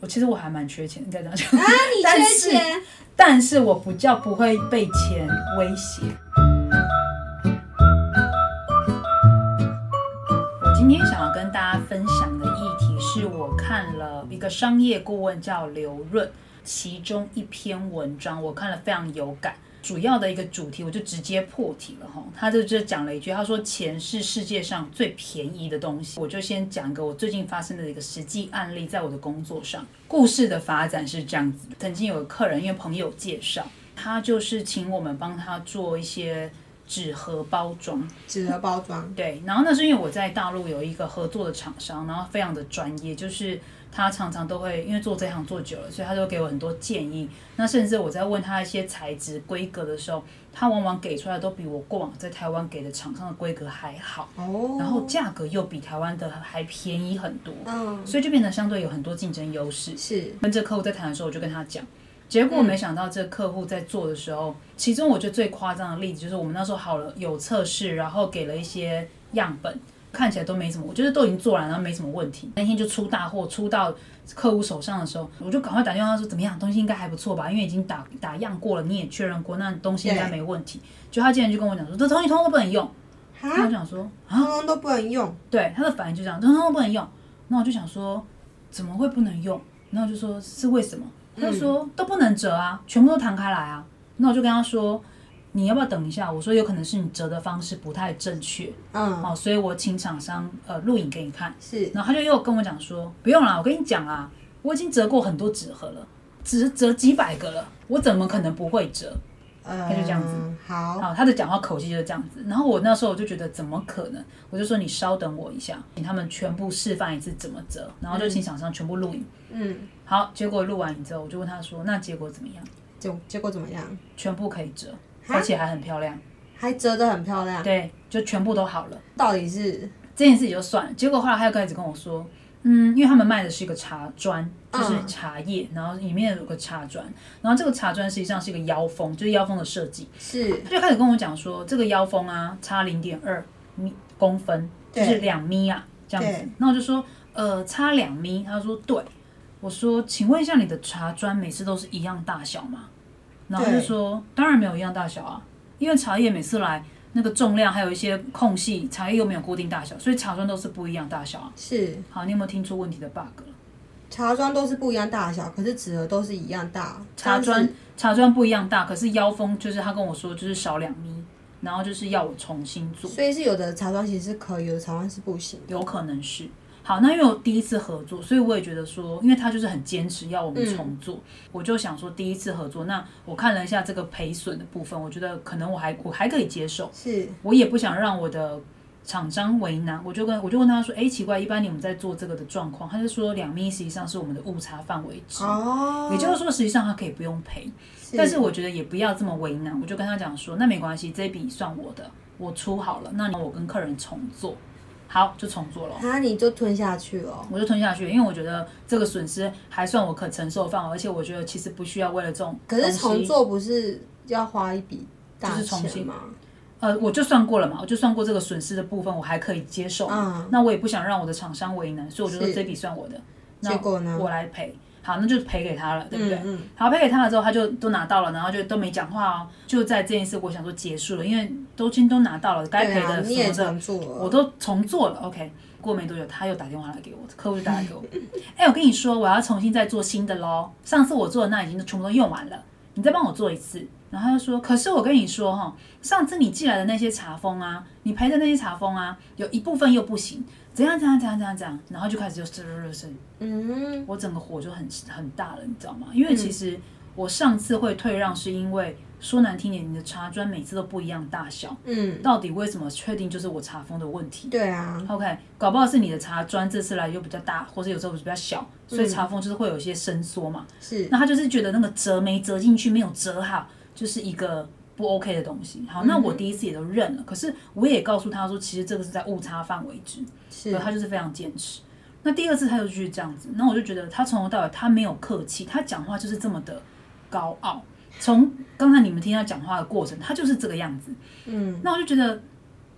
我其实我还蛮缺钱，应该这样讲。啊，你 但缺是钱，但是我不叫不会被钱威胁。我今天想要跟大家分享的议题是我看了一个商业顾问叫刘润，其中一篇文章我看了非常有感。主要的一个主题，我就直接破题了哈。他就就讲了一句，他说钱是世界上最便宜的东西。我就先讲一个我最近发生的一个实际案例，在我的工作上，故事的发展是这样子。曾经有个客人因为朋友介绍，他就是请我们帮他做一些纸盒包装，纸盒包装，对，然后那是因为我在大陆有一个合作的厂商，然后非常的专业，就是他常常都会因为做这行做久了，所以他都会给我很多建议。那甚至我在问他一些材质规格的时候，他往往给出来都比我过往在台湾给的厂商的规格还好，哦，然后价格又比台湾的还便宜很多，嗯，所以就变得相对有很多竞争优势。是嗯跟这客户在谈的时候，我就跟他讲，结果没想到这客户在做的时候，其中我觉得最夸张的例子就是我们那时候好了有测试，然后给了一些样本，看起来都没什么，我觉得都已经做完了，然后没什么问题。那天就出大货，出到客户手上的时候，我就赶快打电话说怎么样，东西应该还不错吧，因为已经打打样过了，你也确认过，那东西应该没问题。就他竟然就跟我讲说，这东西通通都不能用。然后哈，我想说，通通都不能用，对，他的反应就这样，通通都不能用。那我就想说，怎么会不能用？然后我就说是为什么？嗯他就说、都不能折啊，全部都弹开来啊。那我就跟他说，你要不要等一下？我说有可能是你折的方式不太正确，嗯，哦，所以我请厂商呃录影给你看。是然后他就又跟我讲说，不用啦，我跟你讲啊，我已经折过很多纸盒了，折折几百个了，我怎么可能不会折？呃，他就这样子好，好，他的讲话口气就是这样子。然后我那时候我就觉得怎么可能？我就说你稍等我一下，请他们全部示范一次怎么折，然后就请厂商全部录影。嗯，好，结果录完影之后，我就问他说，那结果怎么样？结结果怎么样？全部可以折，嗯哈而且还很漂亮。还折得很漂亮，对，就全部都好了。到底是这件事也就算了。结果后来他又开始跟我说，嗯，因为他们卖的是一个茶砖，就是嗯茶叶，然后里面有个茶砖，然后这个茶砖实际上是一个腰封，就是腰封的设计。是他就开始跟我讲说，这个腰封啊，差零点二米公分，就对是两米啊，这样子对。那我就说，呃，差两米。他说对。我说，请问一下，你的茶砖每次都是一样大小吗？然后他就对说，当然没有一样大小啊，因为茶叶每次来那个重量还有一些空隙，茶叶又没有固定大小，所以茶砖都是不一样大小啊。是，好，你有没有听出问题的 bug 了？茶砖都是不一样大小，可是纸盒都是一样大，茶但砖是茶砖不一样大，可是腰封就是他跟我说就是少两米，然后就是要我重新做。所以是有的茶砖其实是可以，有的茶砖是不行。有可能是。好，那因为我第一次合作，所以我也觉得说，因为他就是很坚持要我们重嗯做，我就想说第一次合作，那我看了一下这个赔损的部分，我觉得可能我还我还可以接受，是我也不想让我的厂商为难，我就跟我就问他说，哎、奇怪，一般你们在做这个的状况，他就说两米实际上是我们的误差范围值，哦，也就是说实际上他可以不用赔，但是我觉得也不要这么为难，我就跟他讲说，那没关系，这一笔算我的，我出好了，那我跟客人重做，好就重做了。啊，你就吞下去了。我就吞下去，因为我觉得这个损失还算我可承受的范围，而且我觉得其实不需要为了这种可是东重西做不是要花一笔大就是重钱新吗？呃，我就算过了嘛，我就算过这个损失的部分，我还可以接受嘛。那我也不想让我的厂商为难，所以我就说嗯是这笔算我的，那结果呢？我来赔。好，那就赔给他了，对不对？嗯好，赔给他了之后，他就都拿到了，然后就都没讲话哦。就在这件事，我想说结束了，因为都已经都拿到了，该赔对啊，的你什也么的重做了，我都重做了，OK。过没多久，他又打电话来给我，客户就打来给我， 哎、我跟你说，我要重新再做新的喽。上次我做的那已经全部都用完了，你再帮我做一次。然后他就说，可是我跟你说哈，上次你寄来的那些茶封啊，你赔的那些茶封啊，有一部分又不行，怎样怎样怎样怎样怎样，然后就开始就是，嗯，我整个火就很很大了，你知道吗？因为其实我上次会退让，是因为说难听点，你的茶砖每次都不一样大小，嗯，到底为什么确定就是我茶封的问题？对啊， OK，搞不好是你的茶砖这次来又比较大，或者有时候比较小，所以茶缝就是会有一些伸缩嘛。嗯是那他就是觉得那个折没折进去，没有折好，就是一个不 OK 的东西。嗯好，那我第一次也都认了，可是我也告诉他说，其实这个是在误差范围之，所以是，他就是非常坚持。那第二次他又继续这样子，那我就觉得他从头到尾他没有客气，他讲话就是这么的高傲。从刚才你们听他讲话的过程，他就是这个样子。嗯，那我就觉得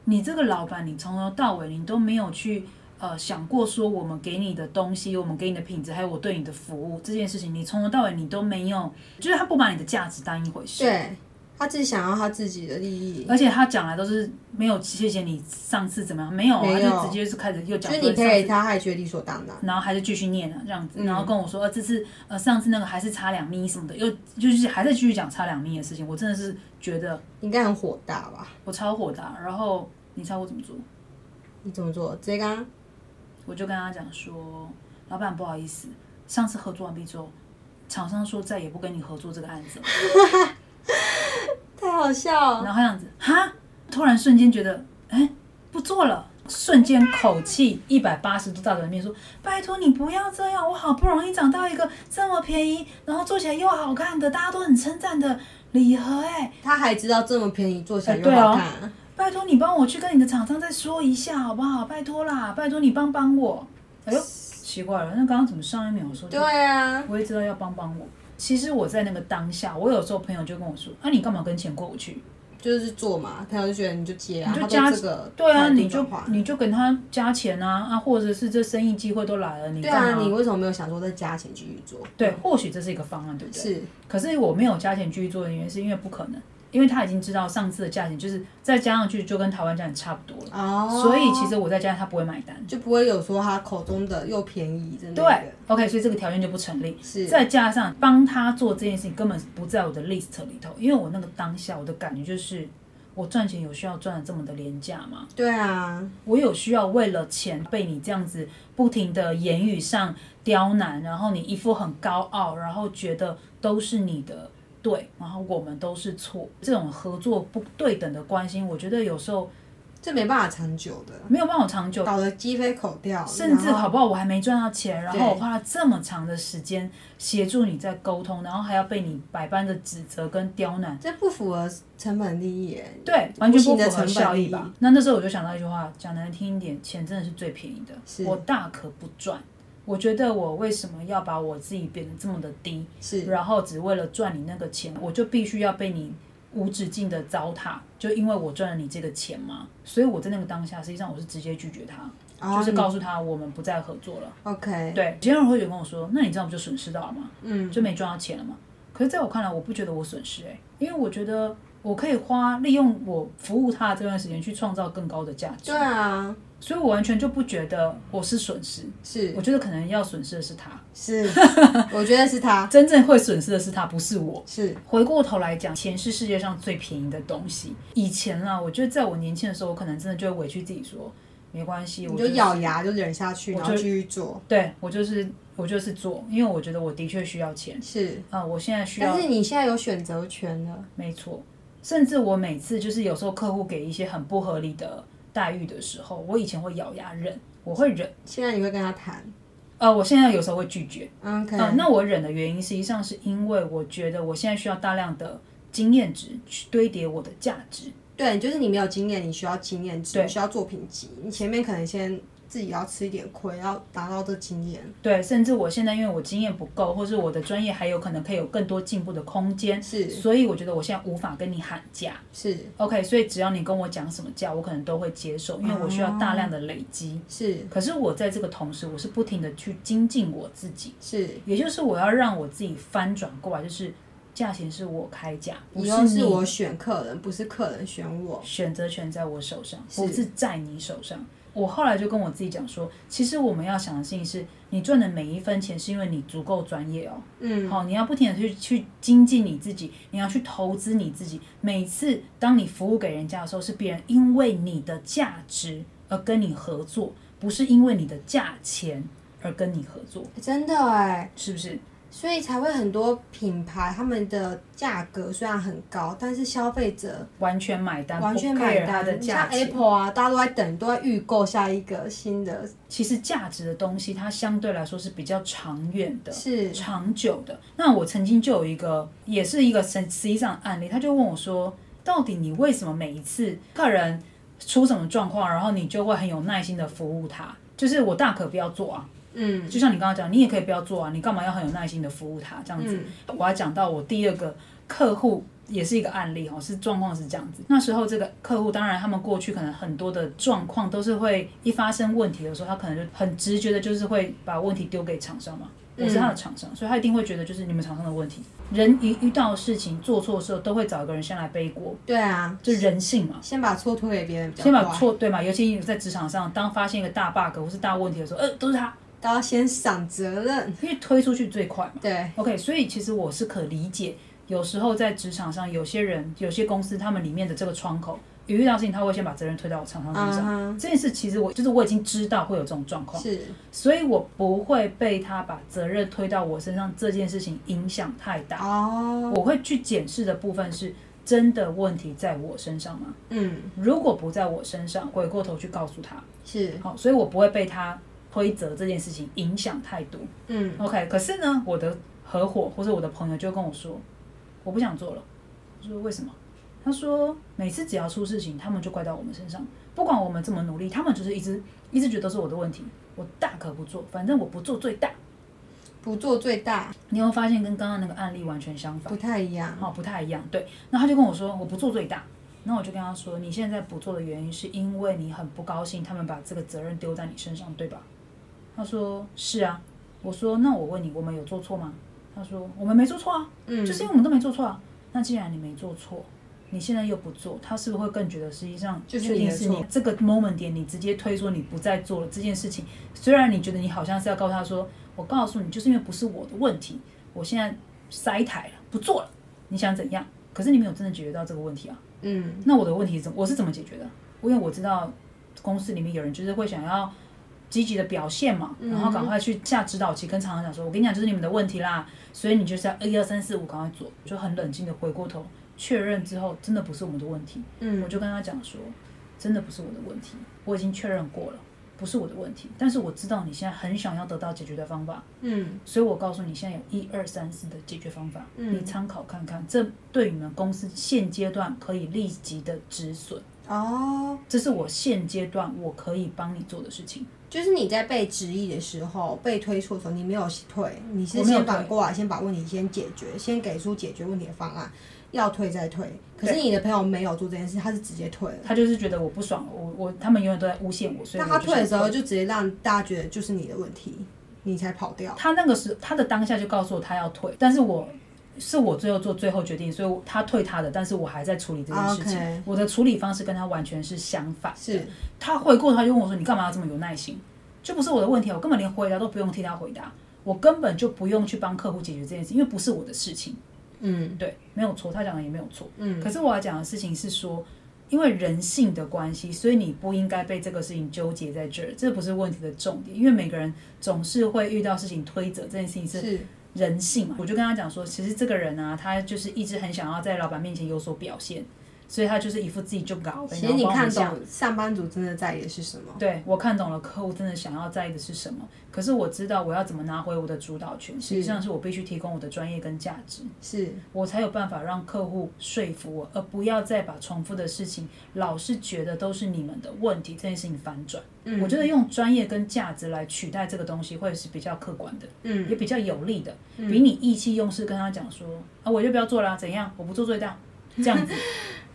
你这个老板，你从头到尾你都没有去呃想过说我们给你的东西，我们给你的品质，还有我对你的服务这件事情，你从头到尾你都没有，就是他不把你的价值当一回事。对，他只想要他自己的利益，而且他讲来都是没有谢谢你上次怎么样，没有啊，没有就直接是开始又就讲是说你上陪次他，他也觉得理所当然。然后还是继续念啊，这样子，嗯然后跟我说，呃，这次呃上次那个还是差两米什么的，又就是还在继续讲差两米的事情，我真的是觉得应该很火大吧？我超火大。然后你猜我怎么做？你怎么做？啊直接跟他我就跟他讲说，老板不好意思，上次合作完毕之后，厂商说再也不跟你合作这个案子了。太好笑了。然后他这样子，哈，突然瞬间觉得，哎，不做了。瞬间口气一百八十度大转变，说：“拜托你不要这样，我好不容易找到一个这么便宜，然后做起来又好看的，大家都很称赞的礼盒、哎，他还知道这么便宜，做起来哎又对好哦看。 拜托你帮我去跟你的厂商再说一下好不好？拜托啦，拜托你帮帮我。”哎呦，奇怪了，那刚刚怎么上一秒说对啊，我也知道要帮帮我？其实我在那个当下，我有时候朋友就跟我说：“啊，你干嘛跟钱过不去？”就是做嘛，朋友就觉得你就接啊，你就他都加这个对啊，态度你就的话你就跟他加钱啊啊，或者是这生意机会都来了，你对干啊，嘛？你为什么没有想说再加钱继续做？对，或许这是一个方案，对不对？是可是我没有加钱继续做的原因，是因为不可能，因为他已经知道上次的价钱，就是再加上去就跟台湾价钱差不多了，哦，所以其实我再加上他不会买单。就不会有说他口中的又便宜真的。对，OK，所以这个条件就不成立。是再加上帮他做这件事情根本不在我的 list 里头，因为我那个当下我的感觉就是，我赚钱有需要赚的这么的廉价吗？对啊，我有需要为了钱被你这样子不停的言语上刁难，然后你一副很高傲，然后觉得都是你的对，然后我们都是错，这种合作不对等的关心，我觉得有时候这没办法长久的，没有办法长久，搞得鸡飞口掉，甚至然后好不好，我还没赚到钱，然对后我花了这么长的时间协助你在沟通，然后还要被你百般的指责跟刁难。这不符合成本利益耶。对，完全无形不符的合成本效益利益吧？那那时候我就想到一句话，讲难听一点，钱真的是最便宜是的，我大可不赚。我觉得我为什么要把我自己贬得这么的低，是然后只为了赚你那个钱，我就必须要被你无止境的糟蹋，就因为我赚了你这个钱嘛。所以我在那个当下，实际上我是直接拒绝他，哦就是告诉他我们不再合作了。 OK，对，别人会有跟我说，那你这样不就损失到了吗？嗯，就没赚到钱了嘛。可是在我看来，我不觉得我损失哎、因为我觉得我可以花利用我服务他的这段时间去创造更高的价值对，啊，所以我完全就不觉得我是损失。是我觉得可能要损失的是他， 是，我觉得是他，真正会损失的是他，不是我。是回过头来讲，钱是世界上最便宜的东西。以前啊，我觉得在我年轻的时候，我可能真的就会委屈自己说，没关系，我你就是咬牙就忍下去，我然就后继续做，对我就是我就是做，因为我觉得我的确需要钱是。啊、我现在需要但是你现在有选择权了，没错，甚至我每次就是有时候客户给一些很不合理的待遇的时候，我以前会咬牙忍，我会忍。现在你会跟他谈嗯呃，我现在有时候会拒绝。 ，OK，呃，那我忍的原因，实际上是因为我觉得我现在需要大量的经验值去堆叠我的价值。对，就是你没有经验，你需要经验值，对你需要作品集，你前面可能先自己要吃一点亏，要达到这经验。对，甚至我现在因为我经验不够，或是我的专业还有可能可以有更多进步的空间，是所以我觉得我现在无法跟你喊价。是 OK，所以只要你跟我讲什么价，我可能都会接受，因为我需要大量的累积。是可是我在这个同时，我是不停的去精进我自己，是，也就是我要让我自己翻转过来，就是价钱是我开价，不以是后你是我选客人，不是客人选我。选择权在我手上，是不是在你手上。我后来就跟我自己讲说，其实我们要想的事情是，你赚的每一分钱是因为你足够专业哦，嗯，好，你要不停的去去精进你自己，你要去投资你自己。每次当你服务给人家的时候，是别人因为你的价值而跟你合作，不是因为你的价钱而跟你合作，真的哎，是不是？所以才会很多品牌他们的价格虽然很高，但是消费者完全买单，完全不买 care 它的单。价像钱。 Apple 啊，大家都在等，都在预购下一个新的，其实价值的东西，它相对来说是比较长远的。是长久的。那我曾经就有一个，也是一个实实际上的案例，他就问我说，到底你为什么每一次客人出什么状况，然后你就会很有耐心的服务他？就是我大可不要做啊，嗯就像你刚刚讲，你也可以不要做啊，你干嘛要很有耐心的服务他这样子？嗯我要讲到我第二个客户也是一个案例哦，是状况是这样子。那时候这个客户，当然他们过去可能很多的状况都是会一发生问题的时候，他可能就很直觉的，就是会把问题丢给厂商嘛。我是他的厂商，所以他一定会觉得就是你们厂商的问题。人一遇到事情做错的时候，都会找一个人先来背锅，对啊，就人性嘛。先把错推给别人比较先快，把错对嘛，尤其你在职场上，当发现一个大 bug 或是大问题的时候，呃，都是他，都要先想责任。因为推出去最快嘛。对， OK，所以其实我是可理解，有时候在职场上，有些人、有些公司他们里面的这个窗口，有遇到事情，他会先把责任推到厂商身上。嗯这件事其实我就是我已经知道会有这种状况哼，，是，所以我不会被他把责任推到我身上这件事情影响太大。哦，我会去检视的部分是真的问题在我身上吗？嗯，如果不在我身上，回过头去告诉他，是，好，所以我不会被他推责这件事情影响太多。嗯， OK，可是呢，我的合伙或者我的朋友就跟我说，我不想做了。我说为什么？他说每次只要出事情，他们就怪到我们身上，不管我们怎么努力，他们就是一直一直觉得都是我的问题，我大可不做，反正我不做最大。不做最大，你有没有发现跟刚刚那个案例完全相反？不太一样。哦，不太一样。对，那他就跟我说，我不做最大。那我就跟他说，你现在不做的原因是因为你很不高兴，他们把这个责任丢在你身上，对吧？他说是啊。我说那我问你，我们有做错吗？他说我们没做错啊，嗯，就是因为我们都没做错啊。那既然你没做错，你现在又不做，他是不是会更觉得实际上就是确你定的是错你这个 moment 点，你直接推说你不再做了这件事情？虽然你觉得你好像是要告诉他说，我告诉你，就是因为不是我的问题，我现在塞台了，不做了，你想怎样？可是你没有真的解决到这个问题啊。嗯，那我的问题是怎么我是怎么解决的？因为我知道公司里面有人就是会想要积极的表现嘛，嗯然后赶快去下指导期，跟厂长讲说，我跟你讲就是你们的问题啦，所以你就是要一二三四五赶快做，就很冷静的回过头确认之后，真的不是我们的问题，嗯，我就跟他讲说，真的不是我的问题，我已经确认过了，不是我的问题，但是我知道你现在很想要得到解决的方法，嗯，所以我告诉你，现在有一二三四的解决方法，嗯你参考看看，这对你们公司现阶段可以立即的止损，哦，这是我现阶段我可以帮你做的事情。就是你在被质疑的时候，被推错的时候，你没有退，你是我没有先反退过来，先把问题先解决，先给出解决问题的方案，要退再退。可对是你的朋友没有做这件事，他是直接退了。他就是觉得我不爽，我我他们永远都在诬陷我，所以那我他就退的想时候，就直接让大家觉得就是你的问题，你才跑掉。他那个时他的当下就告诉我他要退，但是我是我最后做最后决定，所以我他退他的，但是我还在处理这件事情。啊 OK 我的处理方式跟他完全是相反的。是，他回过头来就问我说：“你干嘛要这么有耐心？就不是我的问题啊，我根本连回答都不用替他回答，我根本就不用去帮客户解决这件事，因为不是我的事情。嗯对，没有错，他讲的也没有错。嗯，可是我要讲的事情是说，因为人性的关系，所以你不应该被这个事情纠结在这儿，这不是问题的重点。因为每个人总是会遇到事情推责，这件事情是是，人性嘛。我就跟他讲说，其实这个人啊，他就是一直很想要在老板面前有所表现，所以他就是一副自己就搞。其实你然后帮我看一下懂上班族真的在意的是什么？对我看懂了客户真的想要在意的是什么，可是我知道我要怎么拿回我的主导权，实际上是我必须提供我的专业跟价值，是，我才有办法让客户说服我，而不要再把重复的事情老是觉得都是你们的问题这件事情反转。嗯，我觉得用专业跟价值来取代这个东西会是比较客观的，嗯也比较有利的，嗯比你意气用事跟他讲说啊我就不要做啦、怎样我不做最大，这样子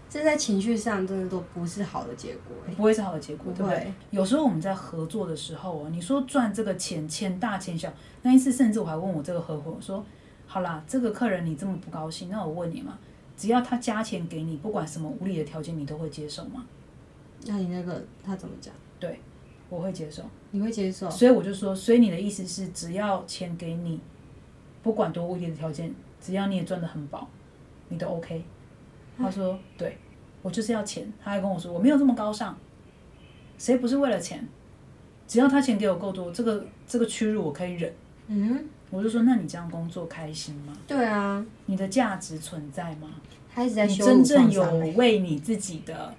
这在情绪上真的都不是好的结果、欸，不会是好的结果，对不对？会，有时候我们在合作的时候哦，你说赚这个钱，钱大钱小，那一次甚至我还问我这个合伙人说，好啦，这个客人你这么不高兴，那我问你嘛，只要他加钱给你，不管什么无理的条件，你都会接受吗？那你那个他怎么讲？我会接受，你会接受？所以我就说，所以你的意思是，只要钱给你，不管多无理的条件，只要你也赚得很饱，你都 OK。他说，对我就是要钱，他还跟我说我没有这么高尚，谁不是为了钱？只要他钱给我够多，这个这个屈辱我可以忍。嗯，我就说，那你这样工作开心吗？对啊，你的价值存在吗？他一直在你羞辱真正创有伤、欸，为你自己的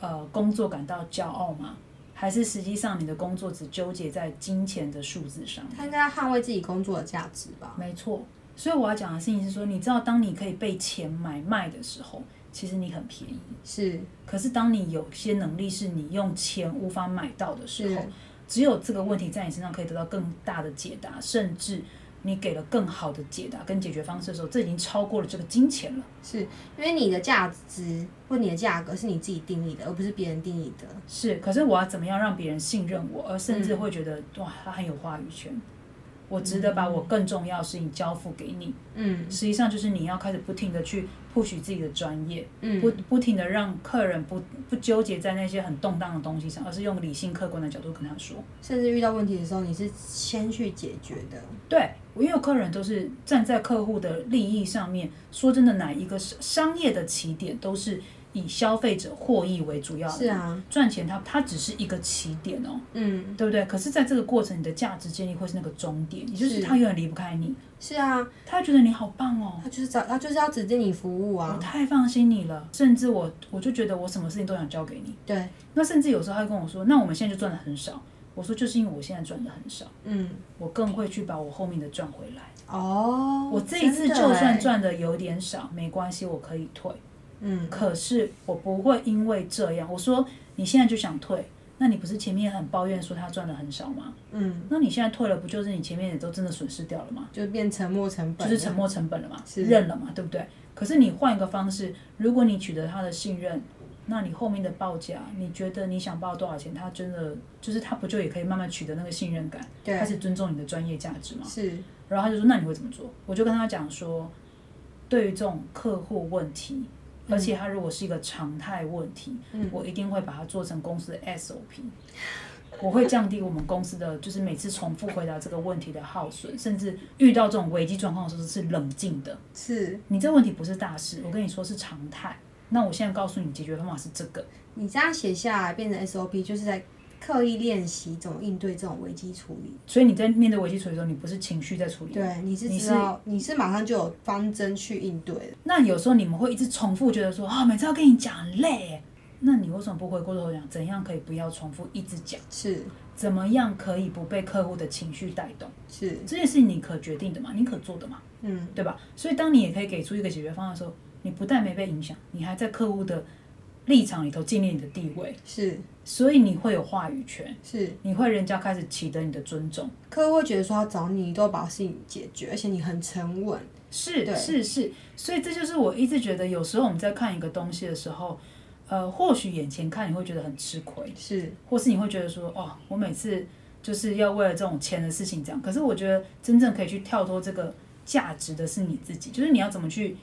呃工作感到骄傲吗？还是实际上你的工作只纠结在金钱的数字上？他应该要捍卫自己工作的价值吧？没错，所以我要讲的事情是说，你知道，当你可以被钱买卖的时候，其实你很便宜。是可是当你有些能力是你用钱无法买到的时是候，，只有这个问题在你身上可以得到更大的解答，甚至你给了更好的解答跟解决方式的时候，这已经超过了这个金钱了。是因为你的价值或你的价格是你自己定义的，而不是别人定义的。是，可是我要怎么样让别人信任我，而甚至嗯会觉得、哇，他很有话语权，我值得把我更重要的事情交付给你。嗯实际上就是你要开始不停的去 push 自己的专业，嗯不不停的让客人不不纠结在那些很动荡的东西上，而是用理性客观的角度跟他说。甚至遇到问题的时候，你是先去解决的。对，因为有客人都是站在客户的利益上面。说真的，哪一个商商业的起点都是以消费者获益为主要的，是啊，赚钱它它只是一个起点哦，嗯，对不对？可是在这个过程，你的价值建立会是那个终点，也就是是他永远离不开你，是啊，他觉得你好棒哦。他就是找他就是要指定你服务我啊。太放心你了，甚至我我就觉得我什么事情都想交给你。对，那甚至有时候他会跟我说：“那我们现在就赚的很少。”我说：“就是因为我现在赚的很少，嗯，我更会去把我后面的赚回来。”哦，我这一次就真的欸算，赚的有点少，没关系，我可以退。嗯，可是我不会因为这样，我说你现在就想退，那你不是前面很抱怨说他赚的很少吗？嗯，那你现在退了，不就是你前面也都真的损失掉了吗？就变沉没成就本了，是沉没成本了嘛，是认了嘛，对不对？可是你换一个方式，如果你取得他的信任，那你后面的报价，你觉得你想报多少钱，他真的就是他不就也可以慢慢取得那个信任感，开对，始尊重你的专业价值吗？是，然后他就说：“那你会怎么做？”我就跟他讲说，对于这种客户问题，嗯而且他如果是一个常态问题，嗯我一定会把它做成公司的 SOP，我会降低我们公司的就是每次重复回答这个问题的耗损，甚至遇到这种危机状况的时候是冷静的。是，你这问题不是大事，我跟你说是常态。那我现在告诉你解决方法是这个，你这样写下来变成 SOP，就是在刻意练习怎么应对这种危机处理。所以你在面对危机处理的时候，你不是情绪在处理，对，你是你知是道你是马上就有方针去应对的。那有时候你们会一直重复，觉得说啊、每次要跟你讲很累耶，那你为什么不回过头讲，怎样可以不要重复一直讲？是怎么样可以不被客户的情绪带动？是，这件事情你可决定的嘛，你可做的嘛，嗯，对吧？所以当你也可以给出一个解决方案的时候，你不但没被影响，你还在客户的立场里头建立你的地位，是所以你会有话语权，是，你会人家开始取得你的尊重。客户会觉得说他找你，你都把事情解决，而且你很沉稳。是对是是，所以这就是我一直觉得，有时候我们在看一个东西的时候，呃，或许眼前看你会觉得很吃亏，是或是你会觉得说，哦，我每次就是要为了这种钱的事情这样。可是我觉得真正可以去跳脱这个价值的是你自己，就是你要怎么去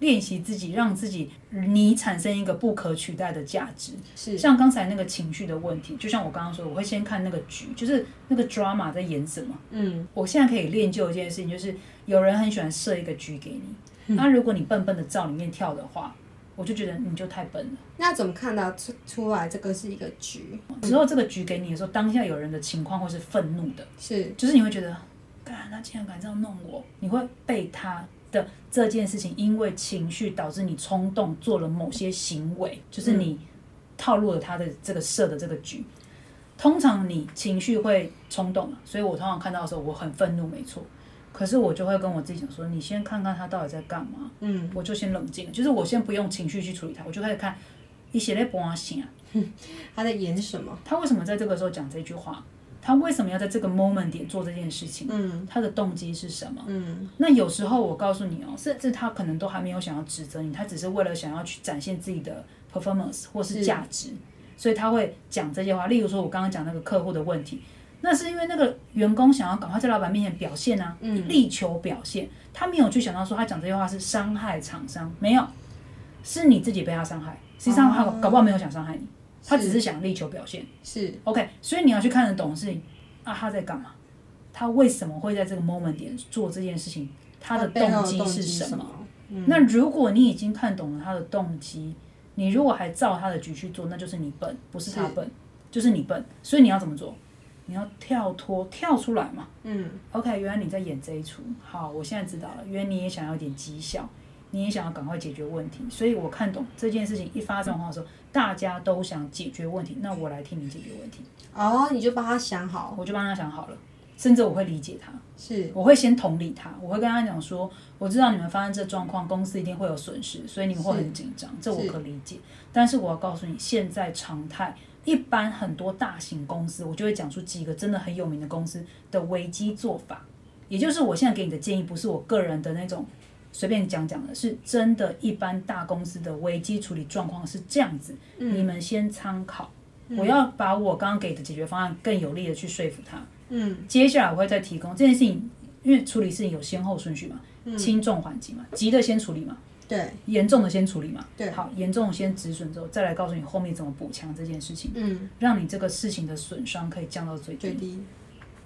练习自己，让自己你产生一个不可取代的价值。是像刚才那个情绪的问题，就像我刚刚说，我会先看那个局，就是那个 drama 在演什么。嗯，我现在可以练就一件事情，就是有人很喜欢设一个局给 你，那如果你笨笨的照里面跳的话，我就觉得你就太笨了。那怎么看到出出来这个是一个局？之后这个局给你的时候，当下有人的情况会是愤怒的，是就是你会觉得，干他竟然敢这样弄我，你会被他的这件事情因为情绪导致你冲动做了某些行为，就是你套路了他的这个设的这个局。通常你情绪会冲动嘛，所以我通常看到的时候我很愤怒，没错。可是我就会跟我自己讲说，你先看看他到底在干嘛，嗯，我就先冷静，就是我先不用情绪去处理他，我就开始看一些在半醒啊，他在演什么？他为什么在这个时候讲这句话，他为什么要在这个 moment 点做这件事情，嗯他的动机是什么？嗯，那有时候我告诉你哦，甚至他可能都还没有想要指责你，他只是为了想要去展现自己的 performance 或是是价值，所以他会讲这些话。例如说，我刚刚讲那个客户的问题，那是因为那个员工想要赶快在老板面前表现啊，嗯力求表现，他没有去想到说他讲这些话是伤害厂商，没有，是你自己被他伤害。实际上，他哦搞不好没有想伤害你，他只是是想力求表现。是 OK，所以你要去看得懂的事情啊，他在干嘛？他为什么会在这个 moment 点做这件事情？他的背后动机是什什么？么？嗯那如果你已经看懂了他的动机，你如果还照他的局去做，那就是你笨，不是他是笨，就是你笨。所以你要怎么做？你要跳脱，跳出来嘛。嗯 OK，原来你在演这一出，好，我现在知道了，原来你也想要一点绩效，你也想要赶快解决问题，所以我看懂这件事情一发生的话的时候，大家都想解决问题，那我来替你解决问题。哦，你就帮他想好，我就帮他想好了，甚至我会理解他，是我会先同理他，我会跟他讲说，我知道你们发生这状况，公司一定会有损失，所以你们会很紧张，这我是可理解。但是我要告诉你，现在常态一般很多大型公司，我就会讲出几个真的很有名的公司的危机做法，也就是我现在给你的建议，不是我个人的那种随便讲讲的，是真的，一般大公司的危机处理状况是这样子，嗯你们先参考。我要把我刚刚给的解决方案更有力的去说服他。嗯，接下来我会再提供这件事情，因为处理事情有先后顺序嘛，嗯轻重缓急嘛，急的先处理嘛，对，严重的先处理嘛。对好，严重的先止损之后，再来告诉你后面怎么补强这件事情，嗯，让你这个事情的损伤可以降到最低。最低，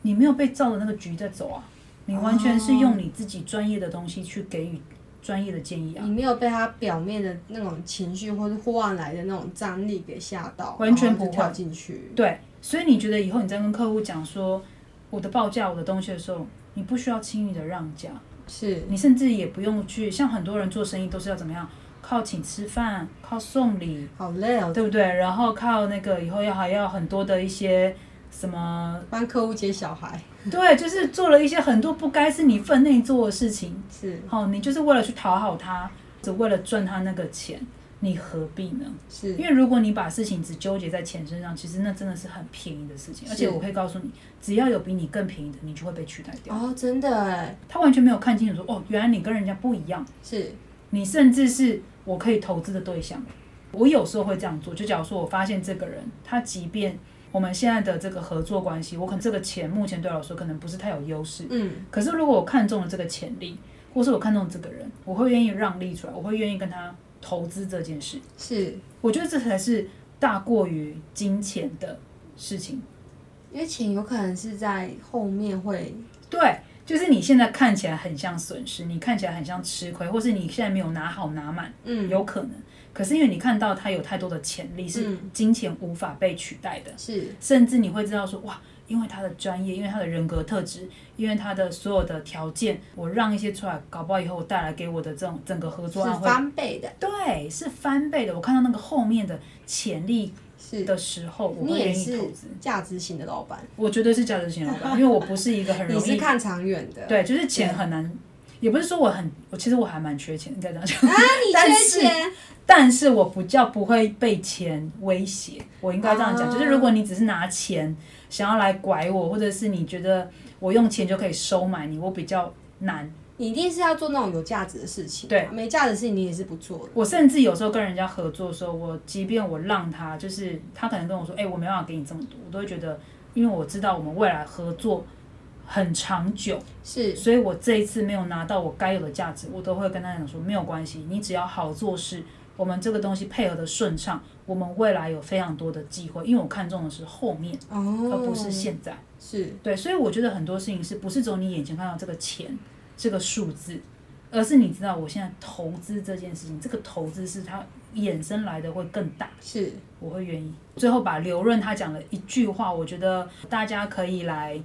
你没有被照着那个局在走啊，你完全是用你自己专业的东西去给予专业的建议啊，你没有被他表面的那种情绪或是忽然来的那种张力给吓到，完全然后不就会跳进去。对，所以你觉得以后你在跟客户讲说我的报价、我的东西的时候，你不需要轻易的让价，是，你甚至也不用去像很多人做生意都是要怎么样，靠请吃饭，靠送礼，好累哦，对不对？然后靠那个以后要还要很多的一些什么，帮客户接小孩，对，就是做了一些很多不该是你分内做的事情，是好、你就是为了去讨好他，只为了赚他那个钱，你何必呢？是因为如果你把事情只纠结在钱身上，其实那真的是很便宜的事情。是而且我可以告诉你，只要有比你更便宜的，你就会被取代掉。哦，真的哎，他完全没有看清楚说，哦，原来你跟人家不一样，是你甚至是我可以投资的对象。我有时候会这样做，就假如说我发现这个人，他即便我们现在的这个合作关系，我可能这个钱目前对我来说可能不是太有优势，嗯，可是如果我看中了这个潜力，或是我看中这个人，我会愿意让利出来，我会愿意跟他投资这件事。是我觉得这才是大过于金钱的事情。因为钱有可能是在后面会，对，就是你现在看起来很像损失，你看起来很像吃亏，或是你现在没有拿好拿满，嗯，有可能。可是因为你看到他有太多的潜力是嗯金钱无法被取代的，是甚至你会知道说哇。因为他的专业，因为他的人格特质，因为他的所有的条件，我让一些出来，搞不好以后我带来给我的这种整个合是作啊案会翻倍的，对，是翻倍的。我看到那个后面的潜力是的时候，我你会也愿意投是资。价值型的老板，我绝对是价值型老板，因为我不是一个很你容是易看长远 的，对，就是钱很难，也不是说我很，我其实我还蛮缺钱，应该这样讲。啊，但你缺是钱，但是我不叫不会被钱威胁，我应该这样讲，啊就是如果你只是拿钱想要来拐我，或者是你觉得我用钱就可以收买你，我比较难。你一定是要做那种有价值的事情，对，没价值的事情你也是不做的，我甚至有时候跟人家合作的时候，我即便我让他，就是他可能跟我说，哎、我没办法给你这么多，我都会觉得，因为我知道我们未来合作很长久，是所以我这一次没有拿到我该有的价值，我都会跟他讲说没有关系，你只要好做事，我们这个东西配合的顺畅，我们未来有非常多的机会，因为我看中的是后面，哦，而不是现在。是对，所以我觉得很多事情是不是只有你眼前看到这个钱这个数字，而是你知道我现在投资这件事情，这个投资是它衍生来的会更大。是我会愿意。最后把刘润他讲了一句话，我觉得大家可以来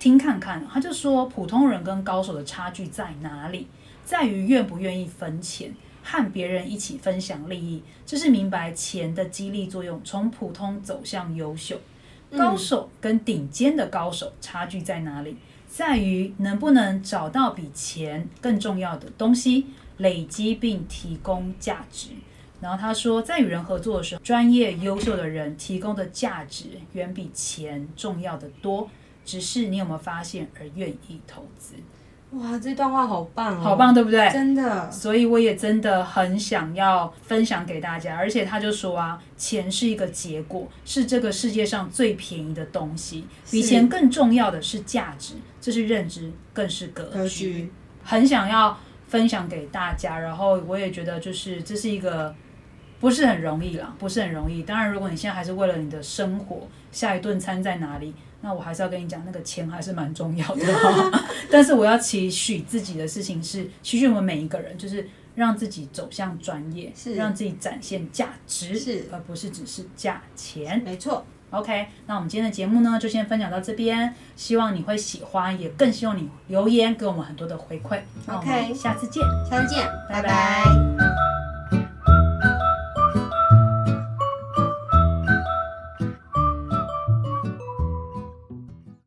听看看。他就说，普通人跟高手的差距在哪里？在于愿不愿意分钱。和别人一起分享利益，这是明白钱的激励作用，从普通走向优秀。嗯高手跟顶尖的高手差距在哪里？在于能不能找到比钱更重要的东西，累积并提供价值。然后他说，在与人合作的时候，专业优秀的人提供的价值远比钱重要的多，只是你有没有发现而愿意投资？哇，这段话好棒哦，好，棒，对不对？真的所以我也真的很想要分享给大家，而且他就说啊，钱是一个结果，是这个世界上最便宜的东西，比是钱更重要的是价值，这是认知，更是格局。格局，很想要分享给大家，然后我也觉得就是这是一个不是很容易啦，不是很容易。当然，如果你现在还是为了你的生活，下一顿餐在哪里，那我还是要跟你讲，那个钱还是蛮重要的。 但是我要期许自己的事情是，期许我们每一个人，就是让自己走向专业，是让自己展现价值，是而不是只是价钱。没错， OK，那我们今天的节目呢，就先分享到这边，希望你会喜欢，也更希望你留言给我们很多的回馈。那我 OK 们下次见。下次见，拜拜拜